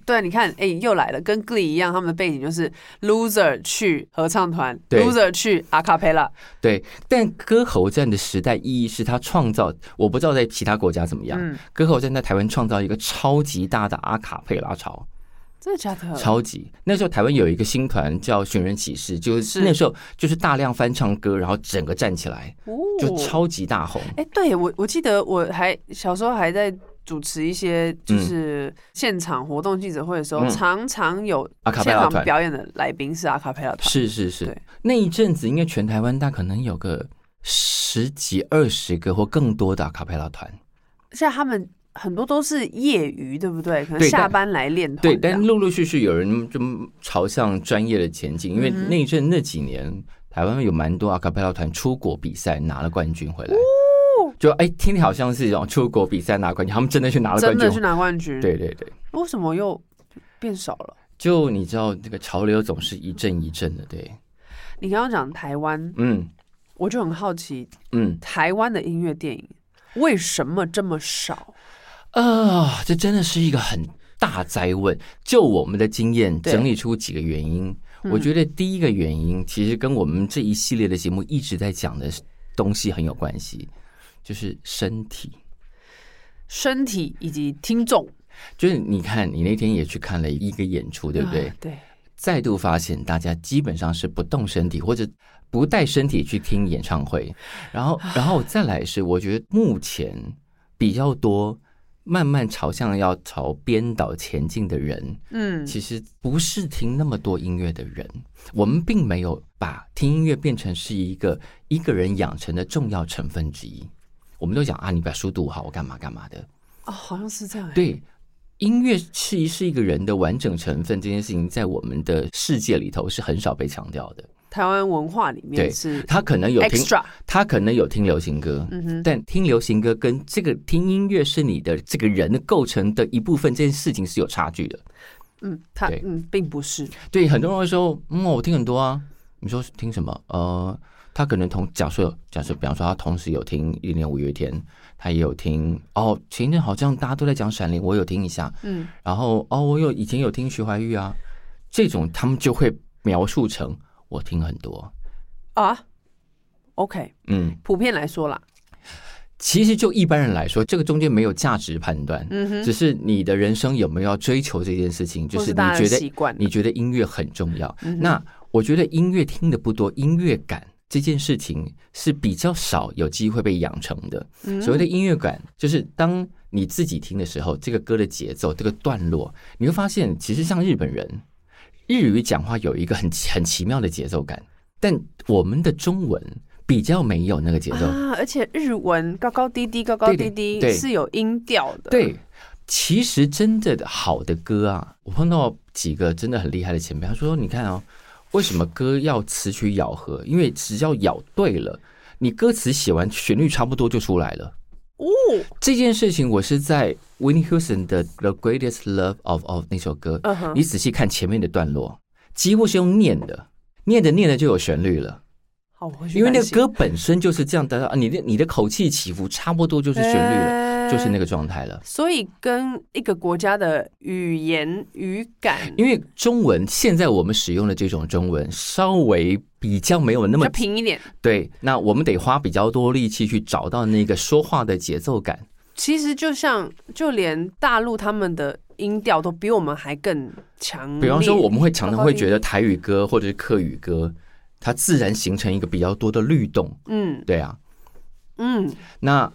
Speaker 1: 对，你看，哎，又来了，跟 Glee 一样，他们的背景就是 loser 去合唱团
Speaker 2: 对
Speaker 1: ，loser 去阿卡贝拉，
Speaker 2: 对，但歌喉战的时代意义是它创造，我不知道在其他国家怎么样。
Speaker 1: 嗯
Speaker 2: 歌喉战在台湾创造一个超级大的阿卡佩拉潮，
Speaker 1: 真的假的？
Speaker 2: 超级。那时候台湾有一个新团叫寻人启事，就是
Speaker 1: 是
Speaker 2: 那时候就是大量翻唱歌，然后整个站起来
Speaker 1: 哦
Speaker 2: 就超级大红。
Speaker 1: 哎、对我我记得我还小时候还在主持一些就
Speaker 2: 嗯
Speaker 1: 是现场活动记者会的时候，
Speaker 2: 嗯
Speaker 1: 常常有
Speaker 2: 阿卡贝
Speaker 1: 现
Speaker 2: 拉
Speaker 1: 场
Speaker 2: 团
Speaker 1: 表演的来宾是阿卡贝拉团，
Speaker 2: 是是是
Speaker 1: 对，
Speaker 2: 那一阵子应该全台湾大可能有个十几二十个或更多的卡佩拉团。
Speaker 1: 现在他们很多都是业余，对不对？可能
Speaker 2: 对
Speaker 1: 下
Speaker 2: 但
Speaker 1: 班来练团
Speaker 2: 对，
Speaker 1: 这
Speaker 2: 但
Speaker 1: 样。
Speaker 2: 陆陆续续有人就朝向专业的前进，
Speaker 1: 嗯
Speaker 2: 因为那一阵那几年，台湾有蛮多阿卡贝拉团出国比赛拿了冠军回
Speaker 1: 哦
Speaker 2: 来，就哎听起来好像是一种出国比赛拿冠军，他们真的去拿了
Speaker 1: 真
Speaker 2: 冠
Speaker 1: 的去
Speaker 2: 军。
Speaker 1: 拿冠军，
Speaker 2: 对对对，
Speaker 1: 为什么又变少了？
Speaker 2: 就你知道这个潮流总是一阵一阵的，对，
Speaker 1: 你刚刚讲台湾，
Speaker 2: 嗯
Speaker 1: 我就很好奇，
Speaker 2: 嗯
Speaker 1: 台湾的音乐电影为什么这么少？
Speaker 2: 啊、这真的是一个很大灾问。就我们的经验，
Speaker 1: 对嗯
Speaker 2: 整理出几个原因。我觉得第一个原因其实跟我们这一系列的节目一直在讲的东西很有关系，就是身体。
Speaker 1: 身体以及听众，
Speaker 2: 就是你看，你那天也去看了一个演出，对不对
Speaker 1: 啊？对，
Speaker 2: 再度发现大家基本上是不动身体或者不带身体去听演唱会，然后，然后再来是我觉得目前比较多慢慢朝向要朝编导前进的人，
Speaker 1: 嗯，
Speaker 2: 其实不是听那么多音乐的人，我们并没有把听音乐变成是一个一个人养成的重要成分之一。我们都讲啊，你把书读好，我干嘛干嘛的。
Speaker 1: 哦，好像是这样、欸。
Speaker 2: 对，音乐是是一个人的完整成分，这件事情在我们的世界里头是很少被强调的。
Speaker 1: 台湾文化里面
Speaker 2: 对
Speaker 1: 是
Speaker 2: 他可能有听，
Speaker 1: extra，
Speaker 2: 他可能有听流行歌，
Speaker 1: 嗯哼，
Speaker 2: 但听流行歌跟这个听音乐是你的这个人的构成的一部分，这件事情是有差距的。
Speaker 1: 嗯，他
Speaker 2: 对
Speaker 1: 嗯并不是，
Speaker 2: 对，很多人会说，嗯，我听很多啊。你说听什么？呃，他可能同假设假设，比方说他同时有听一点五月天，他也有听哦。前一阵好像大家都在讲《闪灵》，我有听一下，
Speaker 1: 嗯，
Speaker 2: 然后哦，我有以前有听徐怀钰啊，这种他们就会描述成我听很多。
Speaker 1: 啊，OK，
Speaker 2: 嗯，
Speaker 1: 普遍来说啦，
Speaker 2: 其实就一般人来说，这个中间没有价值判断，
Speaker 1: 嗯哼，
Speaker 2: 只是你的人生有没有要追求这件事情，就
Speaker 1: 或
Speaker 2: 是
Speaker 1: 是
Speaker 2: 你
Speaker 1: 大家
Speaker 2: 觉
Speaker 1: 的
Speaker 2: 得
Speaker 1: 习惯
Speaker 2: 你
Speaker 1: 了，
Speaker 2: 觉得音乐很重要。
Speaker 1: 嗯哼
Speaker 2: 那我觉得音乐听的不多，音乐感这件事情是比较少有机会被养成的。
Speaker 1: 嗯
Speaker 2: 所谓的音乐感，就是当你自己听的时候，这个歌的节奏、这个段落，你会发现，其实像日本人，日语讲话有一个很很奇妙的节奏感，但我们的中文比较没有那个节奏。
Speaker 1: 啊，而且日文高高低低高高
Speaker 2: 对
Speaker 1: 低
Speaker 2: 对
Speaker 1: 低
Speaker 2: 对
Speaker 1: 是有音调的，，
Speaker 2: 对，其实真的好的歌啊，我碰到几个真的很厉害的前辈，他说：“你看哦，为什么歌要词曲咬合？因为只要咬对了，你歌词写完，旋律差不多就出来了。
Speaker 1: 哦，
Speaker 2: 这件事情我是在 Winnie Houston 的《The Greatest Love of All》那首歌，
Speaker 1: 嗯哼
Speaker 2: 你仔细看前面的段落，几乎是用念的，念着念着就有旋律了，
Speaker 1: 好，我回去
Speaker 2: 因为那
Speaker 1: 反
Speaker 2: 个
Speaker 1: 省
Speaker 2: 歌本身就是这样的，啊你的你的口气起伏差不多就是旋律了，就是那
Speaker 1: 个。
Speaker 2: 个状态了。
Speaker 1: 所以跟一个国家的语言语感，
Speaker 2: 因为中文现在我们使用的这种中文稍微比较没有那
Speaker 1: 比
Speaker 2: 么
Speaker 1: 较平一点。
Speaker 2: 对，那我们得花比较多力气去找到那个说话的节奏感。
Speaker 1: 其实就像就连大陆他们的音调都比我们还更强烈。
Speaker 2: 比方说，我们会常常会觉
Speaker 1: 高
Speaker 2: 得台语歌或者是客语歌，它自然形成一个比较多的律动，
Speaker 1: 嗯
Speaker 2: 对啊。
Speaker 1: 嗯
Speaker 2: 那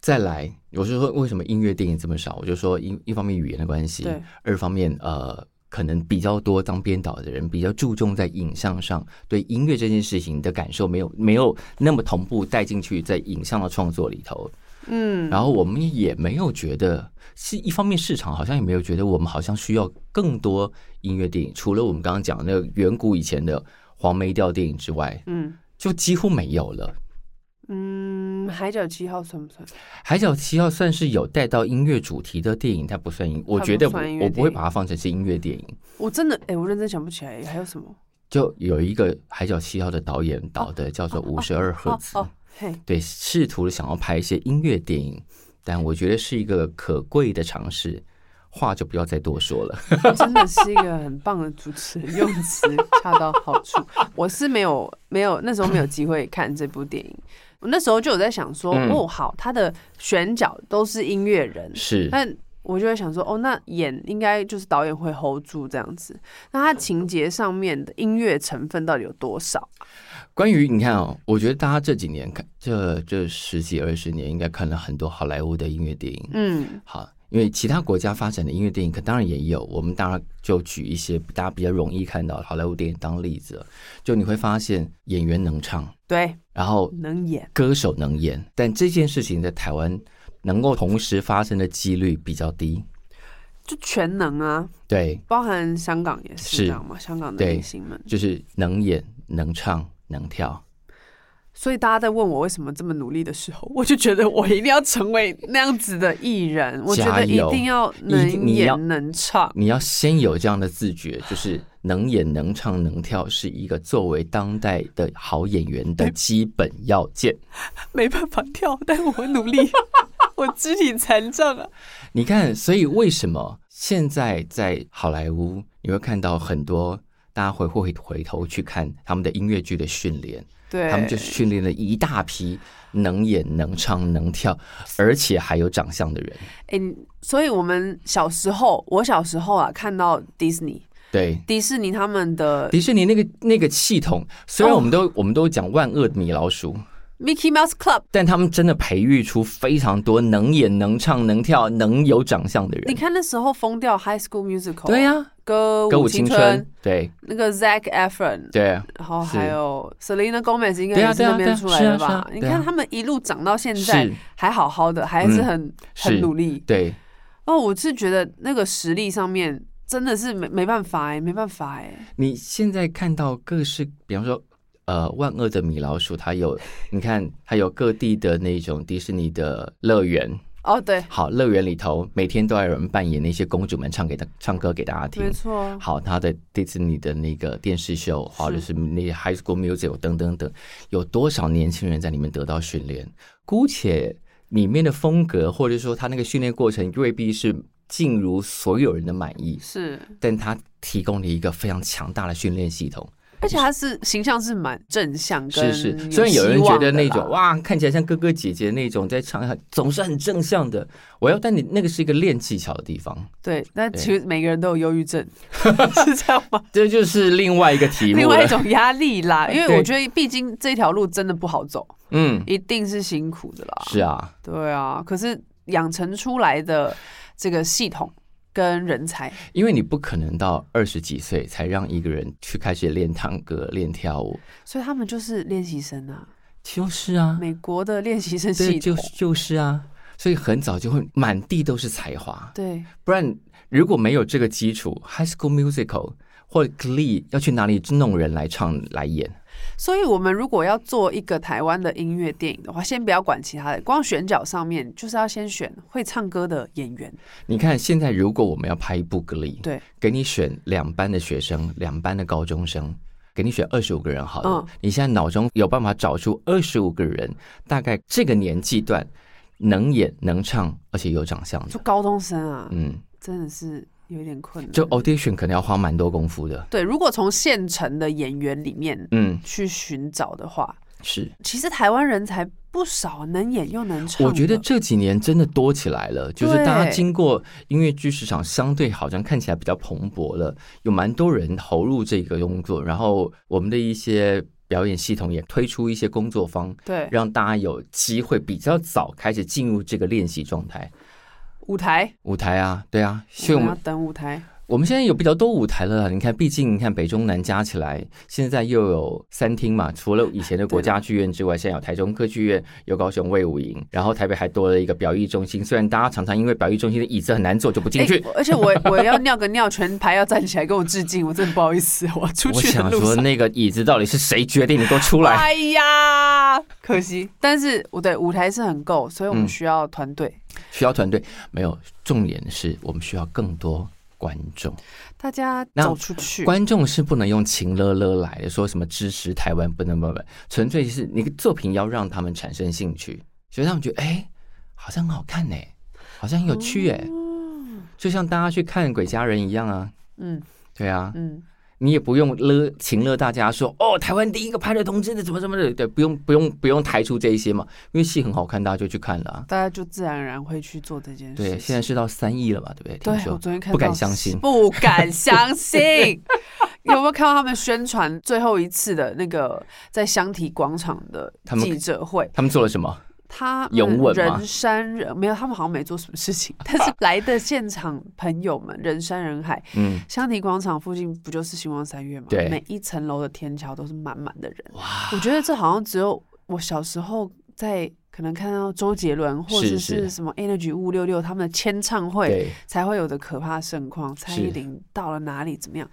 Speaker 2: 再来，我是说为什么音乐电影这么少？我就说一一方面语言的关系
Speaker 1: 对，
Speaker 2: 二方面呃，可能比较多当编导的人比较注重在影像上，对音乐这件事情的感受没有没有那么同步带进去在影像的创作里头。
Speaker 1: 嗯，
Speaker 2: 然后我们也没有觉得，是一方面市场好像也没有觉得我们好像需要更多音乐电影，除了我们刚刚讲的那个远古以前的黄梅调电影之外，
Speaker 1: 嗯
Speaker 2: 就几乎没有了。
Speaker 1: 嗯，海角七号算不算？
Speaker 2: 海角七号算是有带到音乐主题的电影，它不算音，我觉得
Speaker 1: 它不算音乐电
Speaker 2: 我我
Speaker 1: 影
Speaker 2: 不会把它放成是音乐电影。
Speaker 1: 我真的哎、我认真想不起来还有什么。
Speaker 2: 就有一个海角七号的导演导的叫做《五十二赫
Speaker 1: 哦
Speaker 2: 兹》，
Speaker 1: 哦，嘿，
Speaker 2: 对，试图想要拍一些音乐电影，但我觉得是一个可贵的尝试，话就不要再多说 了。
Speaker 1: 真的是一个很棒的主持人，用词恰到好处。我是没有没有那时候没有机会看这部电影，我那时候就有在想说，
Speaker 2: 嗯
Speaker 1: 哦好，他的选角都是音乐人，
Speaker 2: 是，
Speaker 1: 但我就会想说，哦那演应该就是导演会 hold 住这样子，那他情节上面的音乐成分到底有多少？
Speaker 2: 关于你看哦，我觉得大家这几年看这这十几二十年，应该看了很多好莱坞的音乐电影。
Speaker 1: 嗯
Speaker 2: 好，因为其他国家发展的音乐电影，可当然也有。我们当然就举一些大家比较容易看到的好莱坞电影当例子了，就你会发现演员能唱，
Speaker 1: 对，
Speaker 2: 然后
Speaker 1: 能演，
Speaker 2: 歌手能演，但这件事情在台湾能够同时发生的几率比较低。
Speaker 1: 就全能啊，
Speaker 2: 对，
Speaker 1: 包含香港也是
Speaker 2: 是
Speaker 1: 这样嘛，香港的
Speaker 2: 对
Speaker 1: 明星们。
Speaker 2: 就是能演、能唱、能跳。
Speaker 1: 所以大家在问我为什么这么努力的时候，我就觉得我一定要成为那样子的艺人，我觉
Speaker 2: 加
Speaker 1: 得一
Speaker 2: 油
Speaker 1: 定要能
Speaker 2: 一定你要
Speaker 1: 演能唱。
Speaker 2: 你要先有这样的自觉，就是能演、能唱、能跳是一个作为当代的好演员的基本要件。
Speaker 1: 没办法跳，但我努力，我肢体残障 啊。
Speaker 2: 你看，所以为什么现在在好莱坞你会看到很多大家回会回头去看他们的音乐剧的训练，
Speaker 1: 对，
Speaker 2: 他们就是训练了一大批能演、能唱、能跳，而且还有长相的人。
Speaker 1: 哎、你所以我们小时候，我小时候啊，看到迪士尼，
Speaker 2: 对，
Speaker 1: 迪士尼他们的
Speaker 2: 迪士尼那个那个系统，虽然
Speaker 1: 哦
Speaker 2: 我们都、我们都讲万恶的米老鼠，
Speaker 1: Mickey Mouse Club，
Speaker 2: 但他们真的培育出非常多能演、能唱、能跳、能有长相的
Speaker 1: 你
Speaker 2: 人。
Speaker 1: 看那时候疯掉 High School Musical，啊
Speaker 2: 对、呀、
Speaker 1: 歌
Speaker 2: 歌
Speaker 1: 舞
Speaker 2: 舞
Speaker 1: 青
Speaker 2: 青
Speaker 1: 春，
Speaker 2: 春，对
Speaker 1: 那个 Zac Efron，
Speaker 2: 对
Speaker 1: 然后
Speaker 2: 是
Speaker 1: 还有 Selena Gomez 应该
Speaker 2: 对啊
Speaker 1: 也是
Speaker 2: 对啊
Speaker 1: 那边
Speaker 2: 对啊
Speaker 1: 出来的
Speaker 2: 是啊是
Speaker 1: 吧
Speaker 2: 啊？
Speaker 1: 你
Speaker 2: 对
Speaker 1: 看
Speaker 2: 啊
Speaker 1: 他们一路长到现在
Speaker 2: 是
Speaker 1: 还好好的，还是
Speaker 2: 嗯
Speaker 1: 很很
Speaker 2: 是
Speaker 1: 努力。
Speaker 2: 对，
Speaker 1: 哦，我是觉得那个实力上面真的是没没办法哎，没办法哎。
Speaker 2: 你现在看到各式，比方说，呃，万恶的米老鼠，它有，你看，它有各地的那种迪士尼的乐园。
Speaker 1: 哦，对，
Speaker 2: 好，乐园里头每天都要有人扮演那些公主们唱给他唱歌给大家
Speaker 1: 没
Speaker 2: 听。
Speaker 1: 错，
Speaker 2: 好，它的迪士尼的那个电视秀，好，就是那些 High School Musical 等等等，有多少年轻人在里面得到训练？姑且里面的风格，或者说他那个训练过程，未必是尽如所有人的满意，
Speaker 1: 是，
Speaker 2: 但他提供了一个非常强大的训练系统。
Speaker 1: 而且他是形象是蛮正向，
Speaker 2: 是是，虽然有人
Speaker 1: 希
Speaker 2: 觉
Speaker 1: 望
Speaker 2: 得那
Speaker 1: 的
Speaker 2: 种
Speaker 1: 啦，
Speaker 2: 哇，看起来像哥哥姐姐那种在唱，总是很正向的。我要，但你那个是一个练技巧的地方，
Speaker 1: 对，但
Speaker 2: 对
Speaker 1: 其实每个人都有忧郁 症，是这样吗？
Speaker 2: 这就是另外一个题目了。
Speaker 1: 另外一种压力啦，因为
Speaker 2: 对
Speaker 1: 我觉得毕竟这条路真的不好走，
Speaker 2: 嗯，
Speaker 1: 一定是辛苦的啦。
Speaker 2: 是啊，
Speaker 1: 对啊，可是养成出来的这个系统跟人才，
Speaker 2: 因为你不可能到二十几岁才让一个人去开始练唱歌、练跳舞，
Speaker 1: 所以他们就是练习生啊，
Speaker 2: 就是啊，
Speaker 1: 美国的练习生系
Speaker 2: 对，
Speaker 1: 统。
Speaker 2: 就是就是啊，所以很早就会满地都是才华。
Speaker 1: 对
Speaker 2: 不然如果没有这个基础，《High School Musical》或者《Glee》要去哪里弄人来唱来演？
Speaker 1: 所以，我们如果要做一个台湾的音乐电影的话，先不要管其他的，光选角上面就是要先选会唱歌的演员。
Speaker 2: 你看，现在如果我们要拍一部《格力》，
Speaker 1: 对，
Speaker 2: 给你选两班的学生，两班的高中生，给你选二十五个人好了。
Speaker 1: 嗯
Speaker 2: 你现在脑中有办法找出二十五个人，大概这个年纪段能演能唱，而且有长相
Speaker 1: 就
Speaker 2: 的，
Speaker 1: 高中生啊，
Speaker 2: 嗯，
Speaker 1: 真的是有一点困难。
Speaker 2: 就 audition 可能要花蛮多功夫的。
Speaker 1: 对，如果从现成的演员里面
Speaker 2: 嗯，
Speaker 1: 去寻找的话，
Speaker 2: 是，
Speaker 1: 其实台湾人才不少，能演又能唱的。
Speaker 2: 我觉得这几年真的多起来了，就是大家
Speaker 1: 对
Speaker 2: 经过音乐剧市场相对好像看起来比较蓬勃了，有蛮多人投入这个工作，然后我们的一些表演系统也推出一些工作坊，
Speaker 1: 对
Speaker 2: 让大家有机会比较早开始进入这个练习状态。
Speaker 1: 舞台，
Speaker 2: 舞台啊，对啊，所以
Speaker 1: 我
Speaker 2: 我
Speaker 1: 们要
Speaker 2: 们
Speaker 1: 等舞台。
Speaker 2: 我们现在有比较多舞台了啦。你看，毕竟你看北中南加起来，现在又有三厅嘛，除了以前的国家剧院之外，现在有台中歌剧院，有高雄卫武营，然后台北还多了一个表艺中心。虽然大家常常因为表艺中心的椅子很难坐就不进去，
Speaker 1: 哎而且我我要尿个尿，全排要站起来跟我致敬，我真的不好意思，我出
Speaker 2: 我
Speaker 1: 去的
Speaker 2: 想
Speaker 1: 路
Speaker 2: 说
Speaker 1: 上。
Speaker 2: 那个椅子到底是谁决定的？你给我出来！
Speaker 1: 哎呀，可惜，但是我对舞台是很够，所以我
Speaker 2: 嗯
Speaker 1: 们需要团队。
Speaker 2: 需要团队，没有重点是我们需要更多观众。
Speaker 1: 大家
Speaker 2: 那
Speaker 1: 走出去，
Speaker 2: 观众是不能用情乐乐来的，说什么支持台湾不能不能，纯粹是你的作品要让他们产生兴趣，所以他们觉得哎、好像很好看呢、好像很有趣哎、就像大家去看《鬼家人》一样啊。
Speaker 1: 哦嗯
Speaker 2: 对啊，
Speaker 1: 嗯，
Speaker 2: 你也不用勒情勒大家说哦，台湾第一个拍的同志的怎么怎么的，对，不用不用不用抬出这一些嘛，因为戏很好看，大家就去看了、啊。
Speaker 1: 大家就自然而然会去做这件事情。
Speaker 2: 对，现在是到三亿了嘛，对不对？
Speaker 1: 对
Speaker 2: 听说
Speaker 1: 我昨天看到
Speaker 2: 不敢相信，
Speaker 1: 不敢相信。 有没有看到他们宣传最后一次的那个在香体广场的
Speaker 2: 他们
Speaker 1: 记者会？
Speaker 2: 他们做了什么？
Speaker 1: 他
Speaker 2: 拥
Speaker 1: 们
Speaker 2: 吻吗
Speaker 1: 人山人没有，他们好像没做什么事情，但是来的现场朋友 们人山人海。
Speaker 2: 嗯，
Speaker 1: 香体广场附近不就是星光三月吗？
Speaker 2: 对
Speaker 1: 每一层楼的天桥都是满满的人。我觉得这好像只有我小时候在可能看到周杰伦或者
Speaker 2: 是
Speaker 1: 是
Speaker 2: 是
Speaker 1: 什么 Energy 五六六他们的签唱会
Speaker 2: 对，
Speaker 1: 才会有的可怕盛况。蔡依林到了哪里怎么样？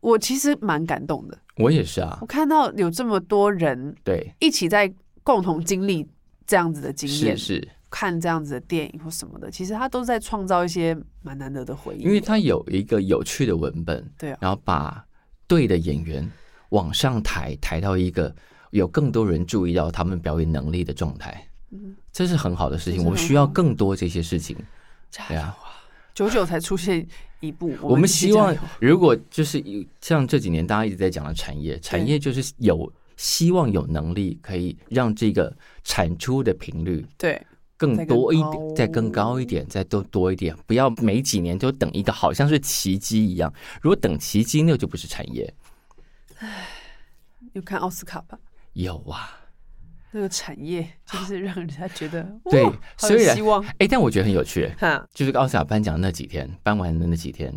Speaker 1: 我其实蛮感动的，
Speaker 2: 我也是啊
Speaker 1: 我，看到有这么多人
Speaker 2: 对，
Speaker 1: 一起在共同经历这样子的经验
Speaker 2: 是，是，
Speaker 1: 看这样子的电影或什么的，其实他都在创造一些蛮难得的回忆。
Speaker 2: 因为它有一个有趣的文本，
Speaker 1: 对啊
Speaker 2: 然后把对的演员往上抬，抬到一个有更多人注意到他们表演能力的状态，
Speaker 1: 嗯
Speaker 2: 这是很好的事
Speaker 1: 这
Speaker 2: 情。
Speaker 1: 是
Speaker 2: 我们
Speaker 1: 很
Speaker 2: 需要
Speaker 1: 好
Speaker 2: 更多这些事情。
Speaker 1: 加
Speaker 2: 对
Speaker 1: 油
Speaker 2: 啊
Speaker 1: 啊！久久才出现一部，
Speaker 2: 我们
Speaker 1: 继续
Speaker 2: 希望
Speaker 1: 加油，
Speaker 2: 如果就是有像这几年大家一直在讲的产业，产业就是有希望有能力可以让这个产出的频率
Speaker 1: 对
Speaker 2: 更
Speaker 1: 再更
Speaker 2: 多一
Speaker 1: 高
Speaker 2: 点，再更高一点，再多多一点，不要每几年就等一个好像是奇迹一样。如果等奇迹，那就不是产业。
Speaker 1: 有看奥斯卡吧？
Speaker 2: 有啊，
Speaker 1: 那个产业就是让人家觉得
Speaker 2: 对
Speaker 1: 哇好有
Speaker 2: 虽然
Speaker 1: 希 望
Speaker 2: 哎，但我觉得很有趣，
Speaker 1: 哈，
Speaker 2: 就是奥斯卡颁奖那几天，颁完的那几天，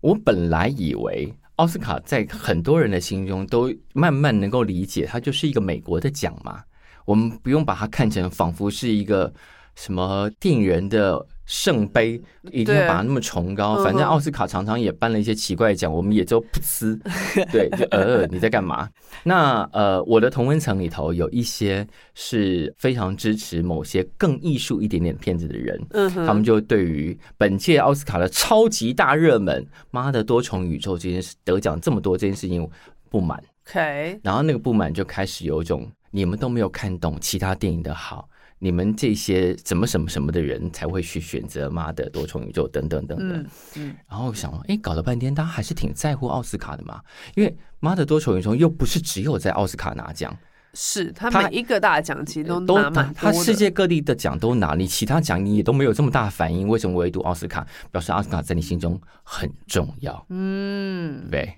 Speaker 2: 我本来以为奥斯卡在很多人的心中都慢慢能够理解，它就是一个美国的奖嘛，我们不用把它看成仿佛是一个什么电影人的圣杯，一定要
Speaker 1: 对
Speaker 2: 把它那么崇
Speaker 1: 嗯
Speaker 2: 高。
Speaker 1: 哼
Speaker 2: 反正奥斯卡常常也颁了一些奇怪的奖，我们也就噗呲，对，就呃你在干嘛？那呃，我的同温层里头有一些是非常支持某些更艺术一点点片子的人，
Speaker 1: 嗯哼，
Speaker 2: 他们就对于本届奥斯卡的超级大热门《妈的多重宇宙》这件事得奖这么多这件事情不满，
Speaker 1: OK，
Speaker 2: 然后那个不满就开始有一种你们都没有看懂其他电影的好，你们这些怎么什么什么的人才会去选择《妈的多重宇宙》等等等等。
Speaker 1: 嗯嗯，
Speaker 2: 然后想，哎，搞了半天，大家还是挺在乎奥斯卡的嘛，因为《妈的多重宇宙》又不是只有在奥斯卡拿奖。
Speaker 1: 是他
Speaker 2: 他
Speaker 1: 每一个大奖其实都
Speaker 2: 都
Speaker 1: 拿蛮
Speaker 2: 他
Speaker 1: 多
Speaker 2: 世
Speaker 1: 的，
Speaker 2: 界各地的奖都拿，你其他奖你也都没有这么大反应，为什么唯独奥斯卡？表示奥斯卡在你心中很重要，对
Speaker 1: 嗯
Speaker 2: 不，对？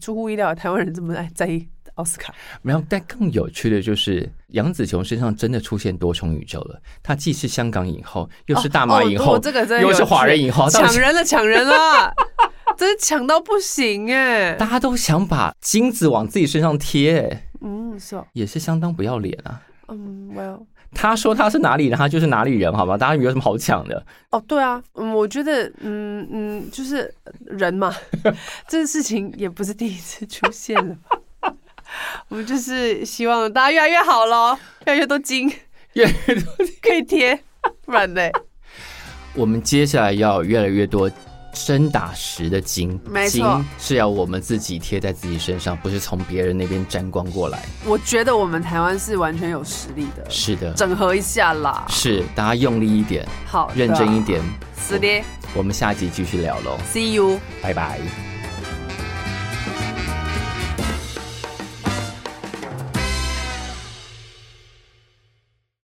Speaker 1: 出乎意料，台湾人这么爱在意奥斯卡，
Speaker 2: 然后，但更有趣的就是，杨紫琼身上真的出现多重宇宙了。她既是香港影后，又是大马影
Speaker 1: 哦
Speaker 2: 后，
Speaker 1: 哦这个真的
Speaker 2: 又
Speaker 1: 有
Speaker 2: 是华
Speaker 1: 趣
Speaker 2: 人影后，到底
Speaker 1: 抢
Speaker 2: 是
Speaker 1: 人了，抢人了， 真是抢到不行哎、
Speaker 2: 大家都想把金子往自己身上贴，
Speaker 1: 嗯，是哦，
Speaker 2: 也是相当不要脸啊。
Speaker 1: 嗯，Well，
Speaker 2: 她说她是哪里人，她就是哪里人，好吧？大家有什么好抢的？
Speaker 1: 哦，对啊，嗯，我觉得，嗯嗯， 就是人嘛，这个事情也不是第一次出现了吧。我们就是希望大家越来越好咯，越来越多金
Speaker 2: 越来越多，
Speaker 1: 可以贴，不然呢？
Speaker 2: 我们接下来要有越来越多真打实的金，
Speaker 1: 没
Speaker 2: 金
Speaker 1: 错
Speaker 2: 是要我们自己贴在自己身上，不是从别人那边沾光过来。
Speaker 1: 我觉得我们台湾是完全有实力的，
Speaker 2: 是的，
Speaker 1: 整合一下啦。
Speaker 2: 是大家用力一点，
Speaker 1: 好的，啊
Speaker 2: 认真一点。
Speaker 1: 是的
Speaker 2: 我们下集继续聊喽，
Speaker 1: ，See you。
Speaker 2: 拜拜。